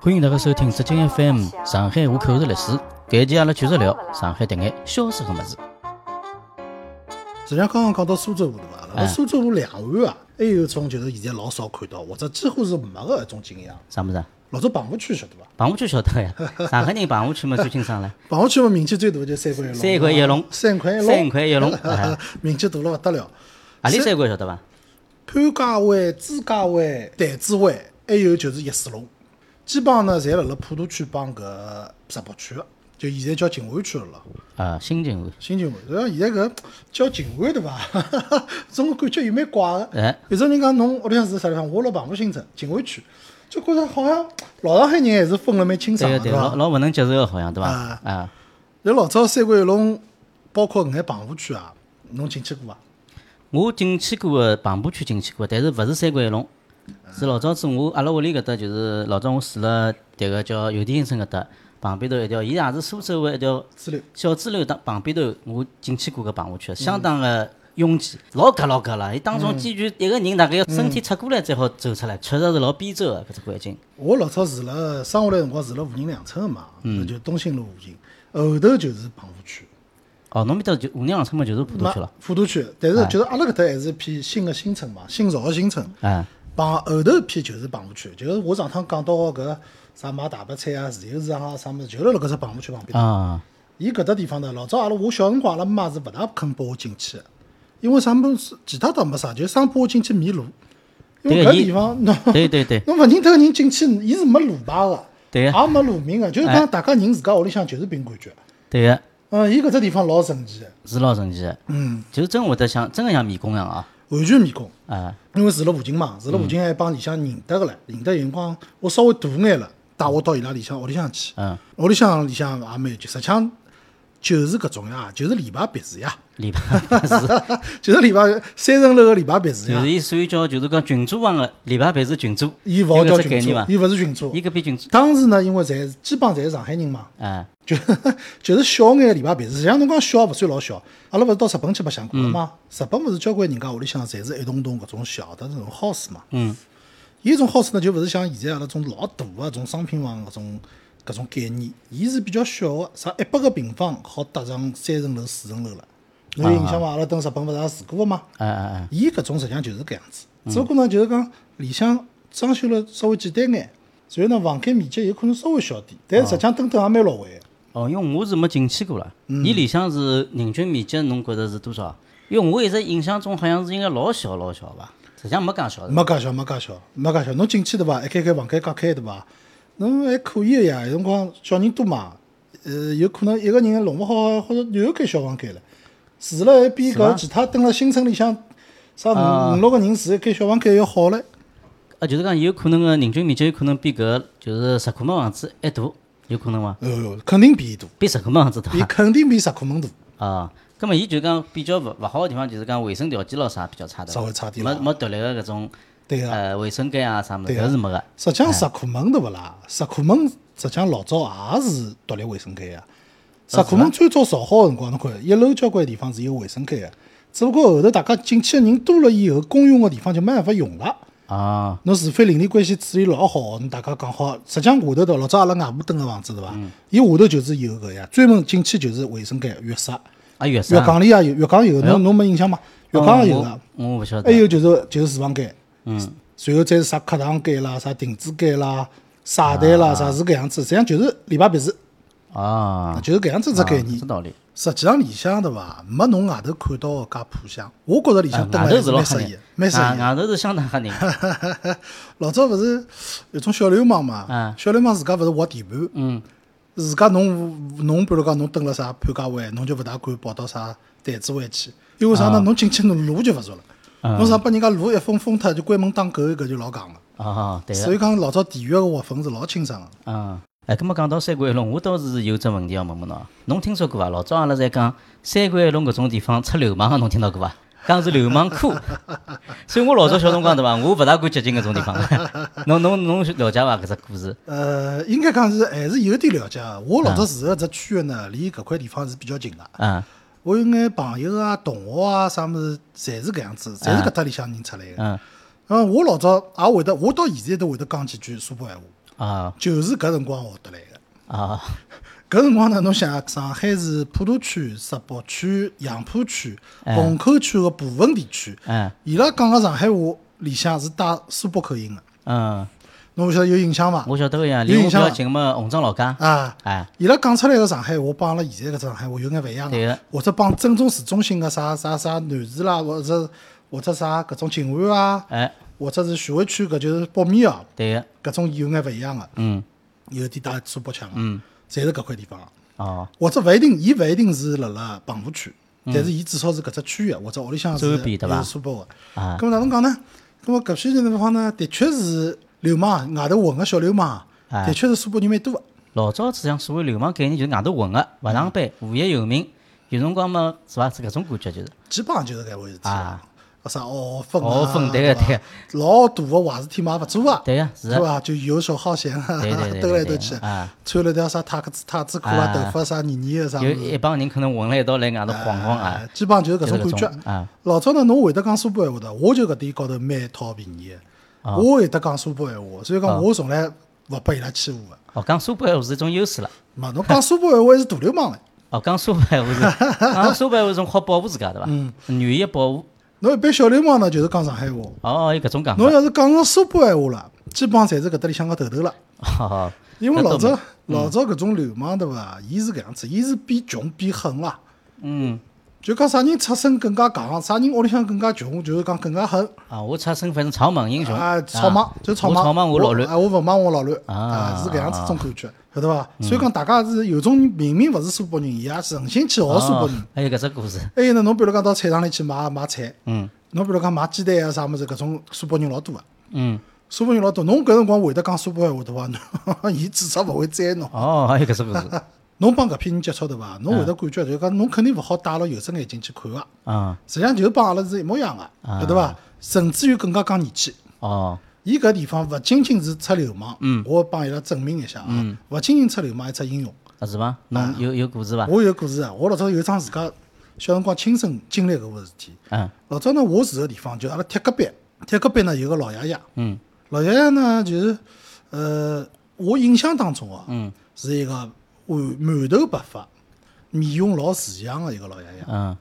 欢迎大家收听浙江 FM《上海户口的历史》。搿一期阿拉继续聊上海迭眼消失个物事。实际上，刚刚讲到苏州河对伐？辣哎辣苏州河两岸啊，还有一种就是现在老少看到，或者几乎是没个一种景象。啥物事啊？老早棚户区晓得伐？棚户区晓得 呀，上海人棚户区嘛最清爽了。棚户区嘛，名气最大的就三块一龙。啊三块一龙三块一龙，三块一 龙哎名气大了勿得了。阿里三块晓得伐？潘家湾、朱家湾、潭子湾，还有就是叶水龙，基本上呢，侪辣辣普陀区帮搿石浦区个，就现在叫静安区了咯。啊，新静安。新静安，然后现在搿叫静安对伐？ 总感觉有蛮怪个。哎，有种人讲侬屋里向住啥地方？我辣棚户新城静安区，就觉着好像老上海人还是分了蛮清爽对个，个对，老伐？老勿能接受个好像对伐？啊啊，就老早三桂一弄，包括搿眼棚户区啊，侬进去过伐？我进去过个棚户区进去过，但是勿是三块一龙，是老早子我阿拉屋里搿搭就是老早我住了迭个叫邮电新村搿搭旁边头一条，伊也是苏州个一条之类，小支流当旁边头，我进去过搿棚户区，相当个拥挤，老夹老夹了。伊当中坚决一个人大概要身体侧过来才好走出来，确实是老逼仄啊个搿只环境。我老早住辣生下来辰光住辣武宁两村个嘛，嗯就东兴路附近，后头就是棚户区，哦，侬面搭就五娘村嘛，就是普陀区了。哎普陀区。但是就是阿拉搿搭还是偏新个新村嘛，新造个新村。啊，帮后头一批就是棚户区，就是我上趟讲到个搿啥买大白菜啊、自由市场啊啥物事，就是辣搿只棚户区旁边。啊，伊搿搭地方呢，老早阿拉我小辰光，阿拉妈是勿大肯拨我进去的，因为啥么事其他倒没啥，就生怕我进去迷路。因对为个搿伊地方侬对对 对侬勿认得个人进去，伊是没路牌个，对哎个也没路名个，就是讲大家人自家屋里向就是凭感觉。对个，嗯，伊搿只地方老神奇的，是老神奇个。嗯，就真会得像真个像迷宫一样啊。完全迷宫。啊，因为住了附近嘛，住了嗯附近还帮里向认得个唻，认得有辰光我稍微大眼了，带我到伊拉里向屋里向去，嗯，屋里向里向也蛮有劲，实际上就是搿种呀，就是礼拜别墅呀， 里边是。就是礼拜三层楼个礼拜别墅就呀是，伊属于叫，就是讲群主房个礼拜办是群主，伊勿有好搿叫只概群念租伐，？伊勿是群租伊。搿边群主，当时呢，因为侪基本上侪是上海人嘛，啊，就 就是小眼礼拜别墅，实际上侬讲小也勿算老小，阿拉勿是到日本去白相过了嘛？日本勿是交关人家屋里向侪是一栋栋搿种小的这种 house 嘛？嗯，伊搿种 house 呢，就勿是像现在阿拉种老大个种商品房搿种搿种概念，伊是比较小个，啥一百个平方好搭上三层楼、四层楼了。侬有印象伐？阿拉等日本勿是也住过个嘛？啊啊啊，伊搿种实际上就是搿样子，只不过呢，就是讲里向装修了稍微简单眼，然后呢，房间面积有可能稍微小点，但实际上等等也蛮老惠个。哦，因为我是没进去过啦。嗯伊里向是人均面积，侬觉着是多少？因为我一直印象中好像是应该老小老小吧，实际上没介小的。没介小，没介小，没介小。侬进去对伐？一开开房间隔开对伐？侬还可以个呀。有辰光小人多嘛，呃，有可能一个人弄勿好，或者又开小房间了。住了还比搿其他蹲辣新村里向啥五五六个人住一间小房间要好唻。啊，就是讲有可能个人均面积有可能比搿就是石库门房子还大，有可能伐？哎呦，肯定比伊大，比石库门房子大 比肯定比石库门大。啊。葛末伊就讲比较勿勿好个地方，就是讲卫生条件咯啥比较差的，稍微差点没啦没独立个搿种对个、呃卫生间啊啥物事，对啊搿是没个。实际上石库门对勿啦？石库门实际上老早也是独立卫生间呀。石库门最早造好个辰光，侬看一楼交关地方是有卫生间个，只不过后头大家进去个人多了以后，公用个地方就没办法用了。啊，侬除非邻里关系处理老好，侬大家讲好，实际上下头的老早阿拉外婆蹲个房子对伐？伊下头就是有搿呀，专门进去就是卫生间、浴室、啊，浴室浴啊，缸里也有，浴缸有，侬侬没印象吗？浴缸也有啊哎个哦。我我勿晓还得。有就是就是厨房间，嗯，随后再是啥客堂间啦、啥亭子间啦、晒台啦，啥是搿样子，实际上就是礼拜别墅，啊，就是搿样子只概念是。道理。实际上里向对伐，没侬外头看到个介破相，我觉着里向蹲啊哎外了头还是是老吓蛮适人意，，蛮适啊意。外头是相当吓人。老早勿是有种小流氓嘛啊，小流氓自家勿是挖地盘， 嗯，自家侬侬比如讲侬蹲了啥潘家湾，侬就勿大敢跑到啥潭子湾去，因为啥啊呢？侬进去侬路就勿熟了，侬啥把人家路一封封脱，就关门打狗，搿就老戆了。哦，对所个，以讲老早地域个划分是老清爽个。嗯。哎，葛末讲到三桂一弄，我倒是有只问题要问问侬啊。侬听说过伐？老早阿拉在讲三桂一弄搿种地方出流氓啊个，侬听到过伐？讲是流氓窟， 所以我老早小辰光对伐，我勿大敢接近搿种地方。 侬侬侬了解伐搿只故事？呃，应该讲是还是有点了解个。我老早住个只区域呢，离搿块地方是比较近个。啊我有眼朋友啊、同学啊啥物事，侪是搿样子，侪是搿搭里向人出来个。嗯，嗯，我老早也会得，我到现在都会得讲几句苏北闲话。啊就是搿辰光学得来个。啊搿辰光呢，侬想啊上海是普陀区、石浦区、杨浦区、虹口区个部分地区，嗯伊拉讲个上海话里向是带苏北口音个，嗯，侬勿晓得有印象伐？我晓得个呀，有离我印比象较伐近嘛，红庄老家，啊，哎，伊拉讲出来个上海话帮阿拉现在个上海话有眼勿一样对个个，或者帮正宗市中心个啥啥啥南市啦，或者或者啥搿种静安啊，哎，或者是徐汇区搿就是北面哦，对个，搿种有眼勿一样个，啊嗯，有点带苏北腔个，啊侪是搿块地方个。哦，或者勿一定，伊勿一定是辣辣棚户区，但是伊至少是搿只区域啊或者屋里向是嗯周边对伐有苏北个。啊咁么哪能讲呢？咁么搿批人地方呢，的确是流氓，外头混个小流氓，啊的确是苏北人蛮多啊个。老早子像所谓流氓概念，就是外头混个，勿上班，嗯无业游民，有辰光嘛，是伐？是搿种感觉就是，基本上就是搿回事体啊啊。啥傲分啊，傲分对个伐对个老大个坏事体嘛也勿做啊，对个是是个，伐？就游手好闲啊对 对对，兜对来兜对去，啊，穿了条啥塔克塔子裤啊啊，头发啥泥泥个啥有物事一帮人可能混辣一道来外头晃晃啊啊，，基本上就是就搿是种搿感觉。种啊，老早呢，侬会得讲苏北闲话的，我就搿点高头蛮讨便宜的。我会得讲苏北闲话，所以啊讲我从来勿拨伊拉欺负个。哦，讲苏北话是一种优势了。嘛，侬讲苏北闲话是大流氓了。哦，讲苏北话是， 讲苏北话是好保护自家对伐？嗯，愿意保护。侬一般小流氓呢，就是讲上海话。哦，有搿种讲法侬。要是讲成苏北闲话了，基本上侪是搿搭里向个头头了。哦，因为搿老倒没嗯早老早搿种流氓对伐？伊是搿样子，伊是比穷比狠啦。嗯就讲啥人出身更加戆，啥人屋里向更加穷，就是讲更加狠。啊，我出身反正草莽英雄啊，草莽就草草莽，我莽我老乱。啊，我勿莽我老乱，啊啊，是搿样子啊嗯种感觉，晓得伐？所以讲大家是有种人明明勿是苏北人，伊也存心去学苏北人哦。还有搿只故事，还有呢，侬比如讲到菜场里去买买菜，嗯侬比如讲买鸡蛋啊啥物事，搿种苏北人老多个。啊嗯，苏北人老多，侬搿辰光会得讲苏北闲话对 伐？侬伊至少勿会宰侬。哦，还有搿只故事，侬帮搿批人接触对伐？侬会得感觉就是讲侬肯定勿好戴牢有色眼镜去看个，啊实际上就帮阿拉是一模一样个，啊晓得伐？甚至于更加讲义气。哦，伊搿地方勿仅仅是出流氓，我帮伊拉证明一下啊，勿仅仅出流氓，还出英雄。啊是伐？侬有有故事伐？我有故事啊，我老早有一桩自家小辰光亲身经历搿回事体。嗯老早呢，我住个地方就阿拉铁隔壁，铁隔壁呢有个老爷爷，嗯老爷爷呢就是呃，我印象当中啊，嗯是一个满满头白发、面容老慈祥个一个老爷爷。嗯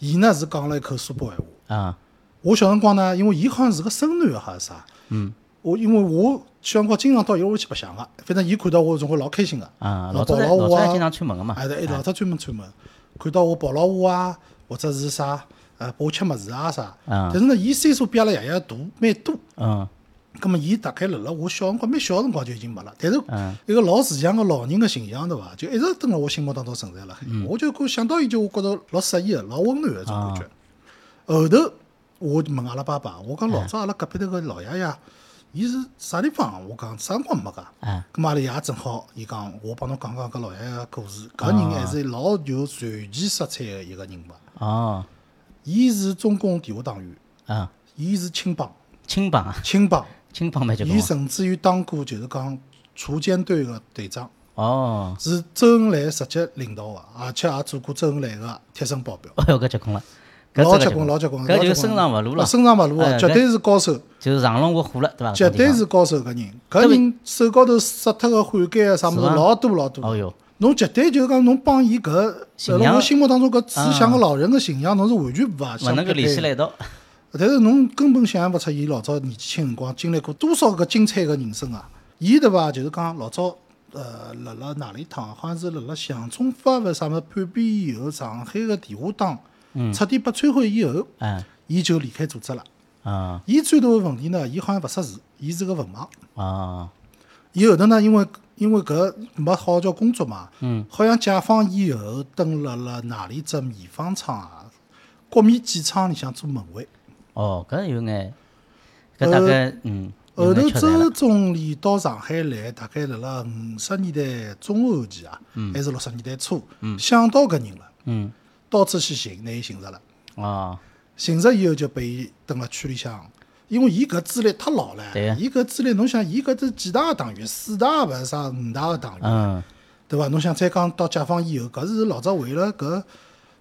伊呢是讲了一口苏北闲话。啊我小辰光呢，因为伊好像是个生男还是啥，嗯，我因为我小辰光经常到伊屋里去白相个，反正伊看到我总归老开心个，啊，老老早抱在牢老我早在啊经，常串门个嘛，啊哎对，哎老早专门专门看到我抱牢我啊，或者是啥呃拨我吃物事啊啥，啊但是呢，伊岁数比阿拉爷爷大蛮多，嗯咁么伊大概辣辣我小辰光蛮小辰光就已经没了，但是嗯一个老慈祥个老人个形象对伐，就一直蹲辣我心目当中存在了，嗯我就觉想到伊就我觉着老适意个，老温暖个种感啊觉。后头我就问阿拉爸爸，我啊讲老早阿拉隔壁头个老爷爷，伊是啥地方啊？我讲啥辰光没个？啊咁嘛阿拉爷正好，伊讲我帮侬讲讲搿老爷爷个故事，啊搿人还是老有传奇色彩个一个人物。哦伊是中共地下党员，啊，伊是青帮，青帮啊，青帮，青帮蛮结棍伊甚至于当过就是讲锄奸队个队长，哦， 是周恩来直接领导个，而且也做过周恩来个贴身保镖。哦哟，搿结棍了，搿老真结的棍，老结棍，搿老就结是棍深藏勿露了啊，深藏勿露哎啊，绝搿对是高手，就是上龙活虎了，对伐？绝搿地对方是高手。搿人，搿搿位人手高头杀脱个汗盖啊，啥物事是伐老多老多哦。哟，侬绝对就是讲，侬帮伊搿形象呃，辣我心目当中搿啊只像个老人个形象，侬是完全勿勿相能够匹联系辣配。一道。但是侬根本想象勿出伊老早年纪轻辰光经历过多少个精彩个人生啊！伊对伐？就是讲老早呃，辣辣哪里一趟，好像是辣辣响中发勿啥物事叛变以后，上海个地下党彻底被摧毁以后，嗯伊就离开组织了。啊伊最大个问题呢，伊好像勿识字，伊是个文盲。啊伊后头呢，因为因为搿没好好叫工作嘛，嗯，好像解放以后蹲辣辣哪里只棉纺厂啊，国棉机厂里向做门卫。哦，搿有眼，搿大呃概嗯，有后头眼缺憾了周总理到上海来，大概辣辣五十年代中后期啊，还是六十年代初，想到搿人了，嗯到处去寻，拿伊寻着了。哦寻着以后就拨伊蹲辣区里向，因为伊搿资历太老了对呀，伊搿资历侬想，伊搿是几大个党员，四大勿是啥五大个党员，嗯对伐？侬想再讲到解放以后，搿是老早为了搿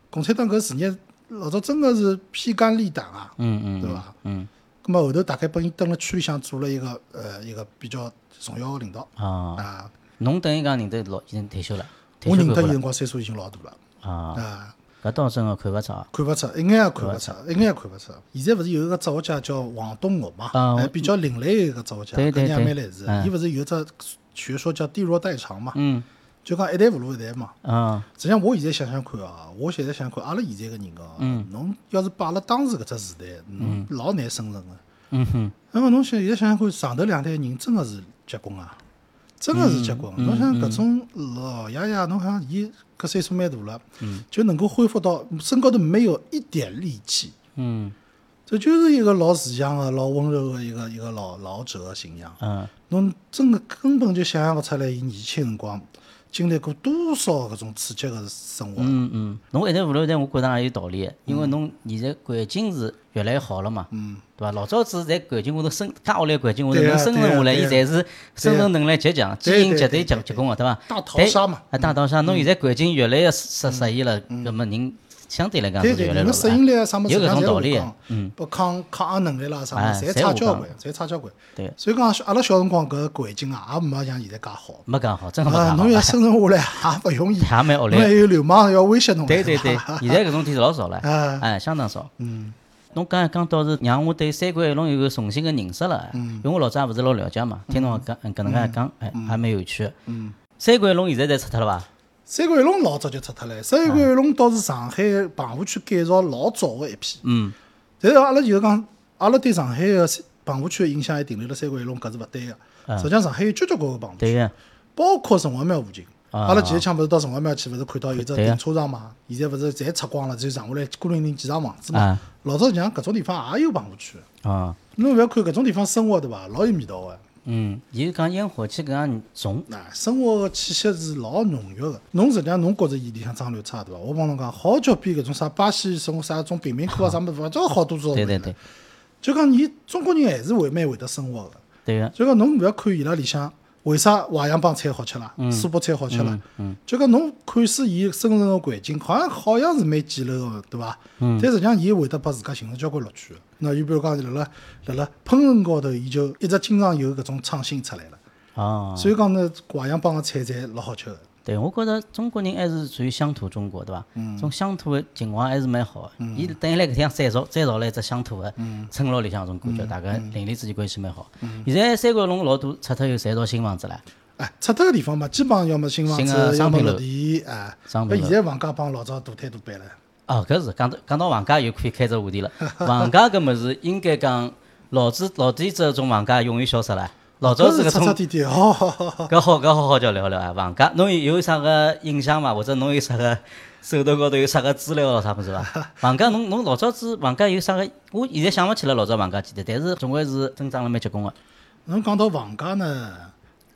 共产党搿事业，老早真个是披肝沥胆啊，嗯嗯对伐？嗯咁么后头大概拨伊蹲辣区里向做了一个呃一个比较重要个领导啊，啊。侬等于讲认得老已经退休了，退我休认干得部伊了辰光岁数已经老大了啊，啊。搿倒真个看勿着啊。看勿出，一眼也看勿出，一眼也看勿出。现在勿是有一个哲学家叫王东岳嘛？啊哎我比较另类的一个哲学家，对搿对人也对蛮来事的。嗯伊勿是有一只学说叫“地弱代偿”嘛？嗯就讲一代勿如一代嘛。啊实际上，我现在想想看啊，我现在想想看，阿拉现在个人哦，侬要是摆阿拉当时搿只时代，侬老难生存个。嗯哼那么侬想现在想想看，上头两代人真个是结棍啊，真个是结棍。嗯侬想搿种老爷爷，侬看伊搿岁数蛮大了，嗯就能够恢复到身高头没有一点力气。嗯这就是一个老慈祥的、老温柔的一个一个老老者的形象。嗯侬真的根本就想象勿出来，伊年轻辰光经历过多少搿种刺激的生活。嗯嗯，侬一代勿如一代，我觉着也有道理的，因为侬现在环境是越来越好了嘛，嗯，对伐？老早子在环境下头生，介恶劣环境下头对能啊生存下来，对伊啊侪是生存能力极强，基对因对绝对对对结结棍个，对伐？大逃但杀嘛，嗯啊，大逃杀，侬现在环境越来越适适宜了，葛么人相对来讲是对嗯对，越来人越的好适了。应力啊啥么有子，搿种道理讲，嗯，不抗抗压能力啦啥哎么子，侪侪差下交降关，侪差交关。对，所以讲，阿拉小辰光搿环境啊，也没像现在介好。没讲好，真个没啊，讲好侬，要生存下来也 勿容易，也蛮恶侬还劣。有流氓要威胁 侬。对对对吧，现在搿种天是老少了，啊哎，相当少。嗯，侬讲一讲倒是让我对三国一龙有个重新的认识了，哎因为我老早也勿是老了解嘛，听侬讲搿能介一讲，哎，还蛮有趣。嗯，三国一龙现在侪拆脱了伐？ 三国一龙老早就出脱了，三国一龙倒是上海棚户区改造老早的一批。嗯但是阿拉就是讲，阿拉对上海个棚户区的印象还停留辣三国一龙，搿是勿对个。实际上上海有交交关关棚户嗯对区，个，包括城隍庙附近。啊阿拉前一腔勿是到城隍庙去，勿是看到有只对啊呀停车场嘛？现在勿是侪拆光了，就剩下来孤零零几幢房子嘛啊。老早讲搿种地方也有棚户区，啊，侬勿要看搿种地方生活对伐？老有味道个。嗯，伊是讲烟火气搿样重，那生活个气息是老浓郁个。侬实际上侬觉着伊里向装流差对伐？我帮侬讲，好叫比搿种啥巴西什么啥种贫民窟啊啥物事，勿知道好多少。对对对，就讲伊中国人还是会蛮会得生活个。对个，就讲侬勿要看伊拉里向为啥淮扬帮菜好吃嗯啦，苏北菜好吃啦。就讲侬看似伊生存个环境，好像好像是蛮简陋个，对伐？嗯但实际上伊会得拨自家寻到交关乐趣个。那伊比如讲，辣辣辣辣烹饪高头，伊就一直经常有搿种创新出来了。啊。所以讲呢，淮扬帮个菜侪老好吃个。对，我觉着中国人还是属于乡土中国，对伐？种乡土的情怀还是蛮好的。伊等于来搿天再造再造了一只乡土的村落里向种感觉，大家邻里之间关系蛮好。现在三国龙老多拆脱以后，侪造新房子了。哎，出脱个地方嘛，基本上要么新房新的子，要商么品落楼地，哎，商搿品现楼在房价帮老早大摊大板了。哦，搿是讲到讲到房价又可以开只话题了。房价搿物事应该讲老子老底子种房价永远消失了。老早搿子是搿彻彻种，底底，好好好好。搿好搿好好叫聊聊啊。房价，侬有有啥个印象伐？或者侬有啥个手头高头有啥个资料咯啥物事伐？ 房价侬侬老早子房价有啥个？我现在想勿起来老早房价几钿，但是总归是增长了蛮结棍个。侬讲到房价呢，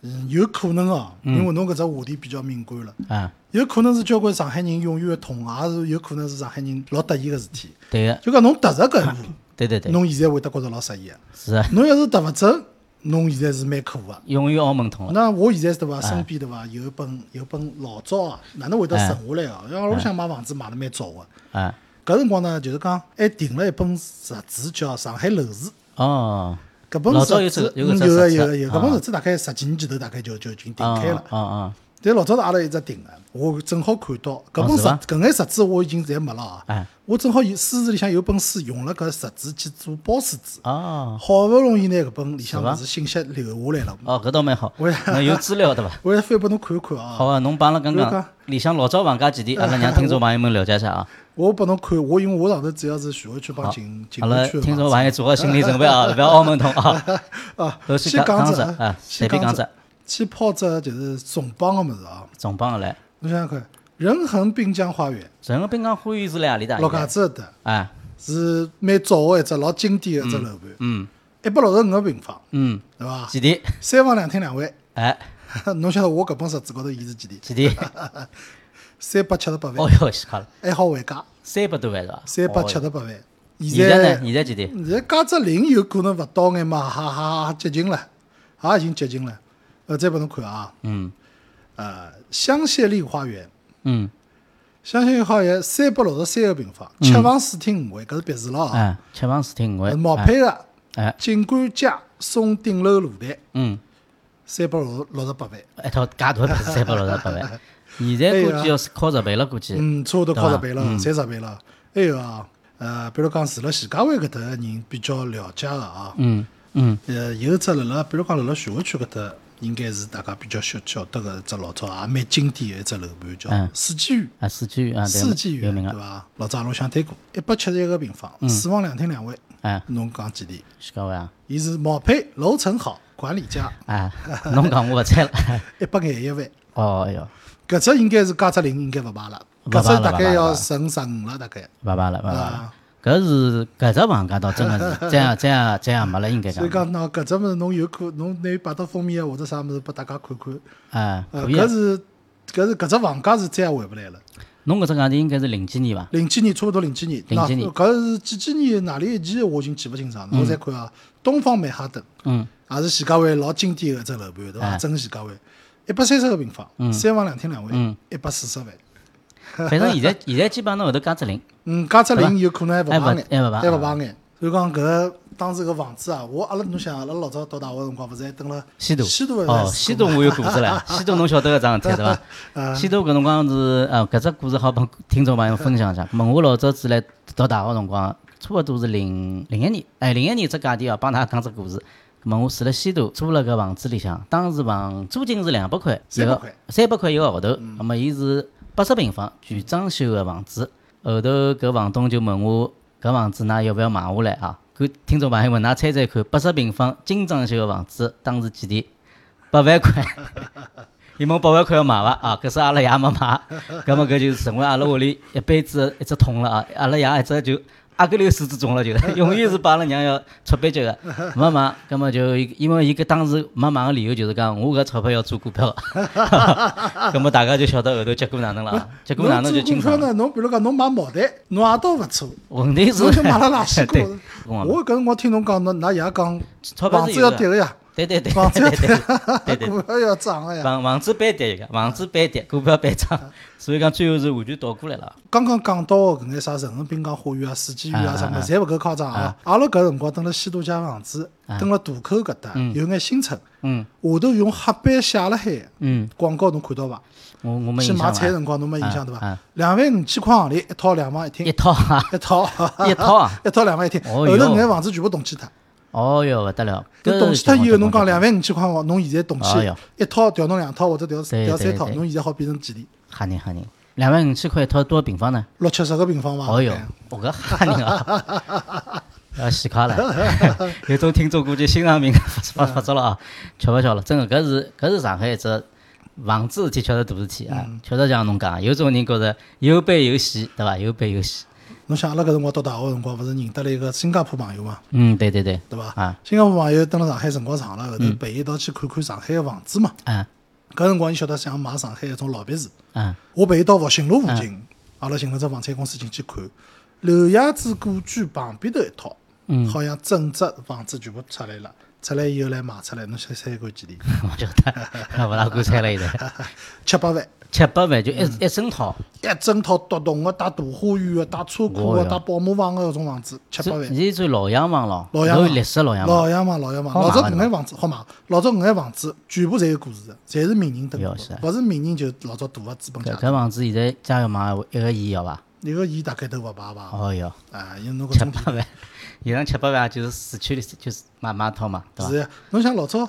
嗯，有可能哦，因为侬搿只话题比较敏感了，啊，有可能是交关上海人永远的痛，也是有可能是上海人老得意个事体。对个，就讲侬踏着 搿一步，对对对，侬现在会得觉着老适意个。是啊，侬要是踏勿准，侬现在是蛮可恶个。永远澳门通了。那我现在是对伐，身边对伐，有一本有一本老早啊，哪能会得存下来啊？要我想买房子买了蛮早个。啊，搿辰光呢，就是讲还订了一本杂志，叫《上海楼市》。哦，搿本老早杂有志这嗯有搿有只个杂志有个有个，搿本啊杂志大概十几年前头大概就就已经订啊开了。啊啊，但老早是阿拉一直订个，我正好看到搿本哦是杂伐搿眼杂志我已经侪没了哎啊。我正好有书市里向有本书用了搿杂志去做包书纸，哦，好勿容易拿搿本里向是伐物事信息留下来了。哦，搿倒蛮好，侬有资料对 伐？我要翻拨侬看一看啊。好啊，侬帮阿拉讲我讲讲里向老早房价几钿，阿拉让听众朋友们了解一下 啊。我拨侬看，我因为我上头主要是徐汇区帮锦锦阿湖拉区的听众房朋友做好心理准备啊，勿要 澳门通啊。子啊都，是先讲讲讲只着啊先随便讲讲只着，去泡只就是重磅个物事啊。重磅个来，侬想想看，仁恒滨江花园，任何滨江花园是辣何里搭？陆家嘴搿搭啊，是蛮早个一只老经典个一只楼盘，嗯一百六十五个平方，嗯，对伐？几钿？三房两厅两卫，哎， 侬晓得我搿本杂志高头伊是几钿？几 钿？三百七十八哦万，哟，死快了，还好还价，三百多万是伐？三百哦七十八万。现在呢？现现在几钿？在加只零有可能勿到眼嘛，哈哈，哈接近了，也已经接近了。呃，再拨侬看啊，嗯呃，香榭丽花园，嗯，香榭丽花园三百六十三个平方，七房四厅五卫，搿是别墅了啊，哎，七房四厅五呃万，毛哎坯个，哎，锦官街松顶楼路段嗯，三百六六十八万，一套介大的牌子三百六十八 万，现在估计要是靠十倍了，估计，啊嗯，差勿多靠对啊十伐倍了，三十倍了。还有啊，呃，比如讲住辣徐家汇搿搭个人比较了解个啊，嗯嗯呃，有一只辣辣，比如讲辣辣徐汇区搿搭，应该是大家比较晓晓得个一只老早也蛮经典个一只楼盘，嗯叫四季园。啊，四居啊，对四季有园名嗯对个，伐？老早阿拉想谈过，一百七十一个平方，四房两厅两卫，哎，侬讲几钿？徐高伟啊，伊是毛坯楼层好，管理价啊，侬讲我勿猜了， 一百廿一万。哦哎哟，搿只应该是加只零，应该勿排了。勿排搿了只大概勿排要了十五十五了，大概。拜拜了拜拜了啊，搿是搿只房间倒真个是，这样这样这样没了应该所以讲，讲，喏，搿只物事侬有可，侬拿伊摆到封面啊，或者啥物事拨大家看看。啊，呃，可以啊搿，是搿是搿只房价是再也回勿来了。侬搿只房间应该是零几年 伐？零几年差勿多零几年，零几那呃年搿是几几年哪里一期我已经记勿清爽。侬再看啊，东方曼哈顿嗯也是徐家汇老经典个一只楼盘，对伐？哎整个徐家汇一百三十个平方，三房两厅两卫嗯，一百四十万。反正现在现在基本上侬后头加只零，嗯，加只零有可能还勿还排勿眼，还勿排还勿排眼。所以讲搿当时搿房子啊，我阿拉侬想，阿拉老早读大学辰光，勿是还蹲辣西渡，西渡哦，西渡我有故事了，西渡侬晓得搿桩事体对 伐？啊，西渡搿辰光是呃搿只故事好帮听众朋友分享一下。咾么我老早子来读大学辰光，差勿多是零零一年，哎零一年只价钿哦，帮大家讲只故事。咾么我住辣西渡租了搿房子里向，当时房租金是两百块，一300个块三百块一个号头。咾么伊是八十平方全装修个房子，后头搿房东就问我搿房子㑚要勿要买下来啊？搿听众朋友们，㑚猜猜看，八十平方精装修个房子当时几钿？八万块。伊问八万块要买伐？啊，搿是阿拉爷没买，葛末搿就成为阿拉屋里一辈子一只痛了啊！阿拉爷一直就阿个溜手指肿了，就是永远是把阿拉娘要出班级个，没买，葛末就因为伊搿当时没买个理由就是讲我搿钞票要做股票，葛末大家就晓得后头结果哪能了啊，结果哪侬能就做清股票爽了。呢？侬比如讲，侬买茅台，侬也倒勿 错，问题是侬就买了垃圾对股。我我搿辰光听侬讲，侬㑚爷讲，钞票房是子有要的跌个呀，对对对房子要对跌对对对， 股票要涨个呀。房房子班跌一个，房子班跌，股票班涨，所以讲最后是完全倒过来了。刚刚讲到个搿眼啥陈恒滨江花园啊、四季园啊啊啥啊啊物事，侪勿够夸张啊。阿拉搿辰光蹲辣西渡街房子，蹲辣大口搿搭有眼新城，嗯下头用黑板写了海的嗯，广告，侬看到伐？我我没去印象买了。菜辰光侬没印象对啊伐啊？两万五千块行钿，一套两房一厅一，套啊，一套 一套啊！ 一套两房一厅。哦后哟头搿眼房子全部动迁脱，哦哟，勿得了！搿搿动迁脱以后，侬讲两万，万五千块房，侬现在动哎迁哟一套调弄两套或者调对调对三套，对侬现在好变成几钿？吓人吓人！两万五千块一套多少平方呢？六七十个平方伐？哎哦哟大概，我搿吓人啊！ 要洗卡 了，有种听众估计心脏病 发发发作了啊！吃勿消了，真的搿是搿是上海一只房子事体，确实大事体啊！确实像侬讲，有种人觉着有悲有喜，对伐？有悲有喜。侬想阿拉搿辰光读大学辰光，勿是认得了一个新加坡朋友嘛，嗯，对对对，对伐？啊嗯新加坡朋友蹲辣上海辰光长了，后头陪伊一道去看看上海个房子嘛。啊搿辰光伊晓得想买上海一种老别墅，啊！ 我陪伊到复兴路附近，嗯阿拉寻了只房产公司进去看，刘爷子故居旁边头一套，嗯好像整只房子全部出来了。出来以后来卖出来，侬猜猜看几钿？哎我晓得， 勿大敢猜了现 在，七八万，七八万就一一整套。一整套独栋个，带大花园个，带车库哦个，哟带保姆房个，搿种房子，七这八万现。在算老洋房了，老洋房有历史老洋房，老洋房，老洋房，好老早买搿嘛眼房子好买，老早搿眼房子全部侪有故事的，侪是名人登要录死啊的，勿是名人就老早大个资本搿家。搿房子现在家要买一个亿要伐？一个亿大概都勿排吧？哦哟，啊，因为侬搿七种八万，现在七八万就是市区里就是买买套嘛，对伐？是呀，侬想老早，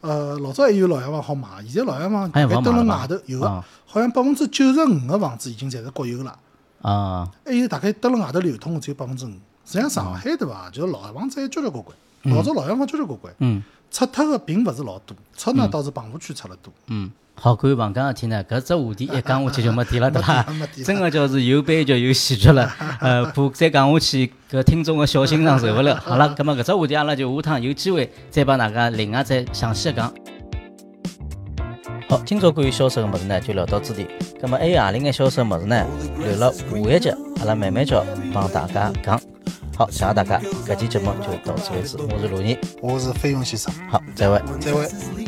呃，老早还有老洋房好买，现在老洋房哎大勿概好蹲买了辣吧外头有个啊，好像百分之九十五个房子已经侪是国有了，啊，还有大概蹲辣外头流通的只有百分之五。实际上上海对伐？就是老房子还交交关关，老早老洋房交交关关，嗯出脱个并勿是老多，出呢倒是棚户区出了多。嗯，好关于房间事体呢，搿只话题一讲下去就没底了，对伐没底了没底？了真个叫是有悲剧有喜剧 了，呃，怕再讲下去搿听众个小心脏受勿 了。好了，葛末搿只话题阿拉就下趟有机会再帮大家另外再详细地讲。好，今朝关于销售个物事呢，就聊到这里。咁么还有何里眼销售物事呢？留了下一集，阿拉慢慢叫帮大家讲。好，谢谢大家，搿期节目就到此为止。我是陆毅，我是费用先生，好，再会。再会。 Texas Lee.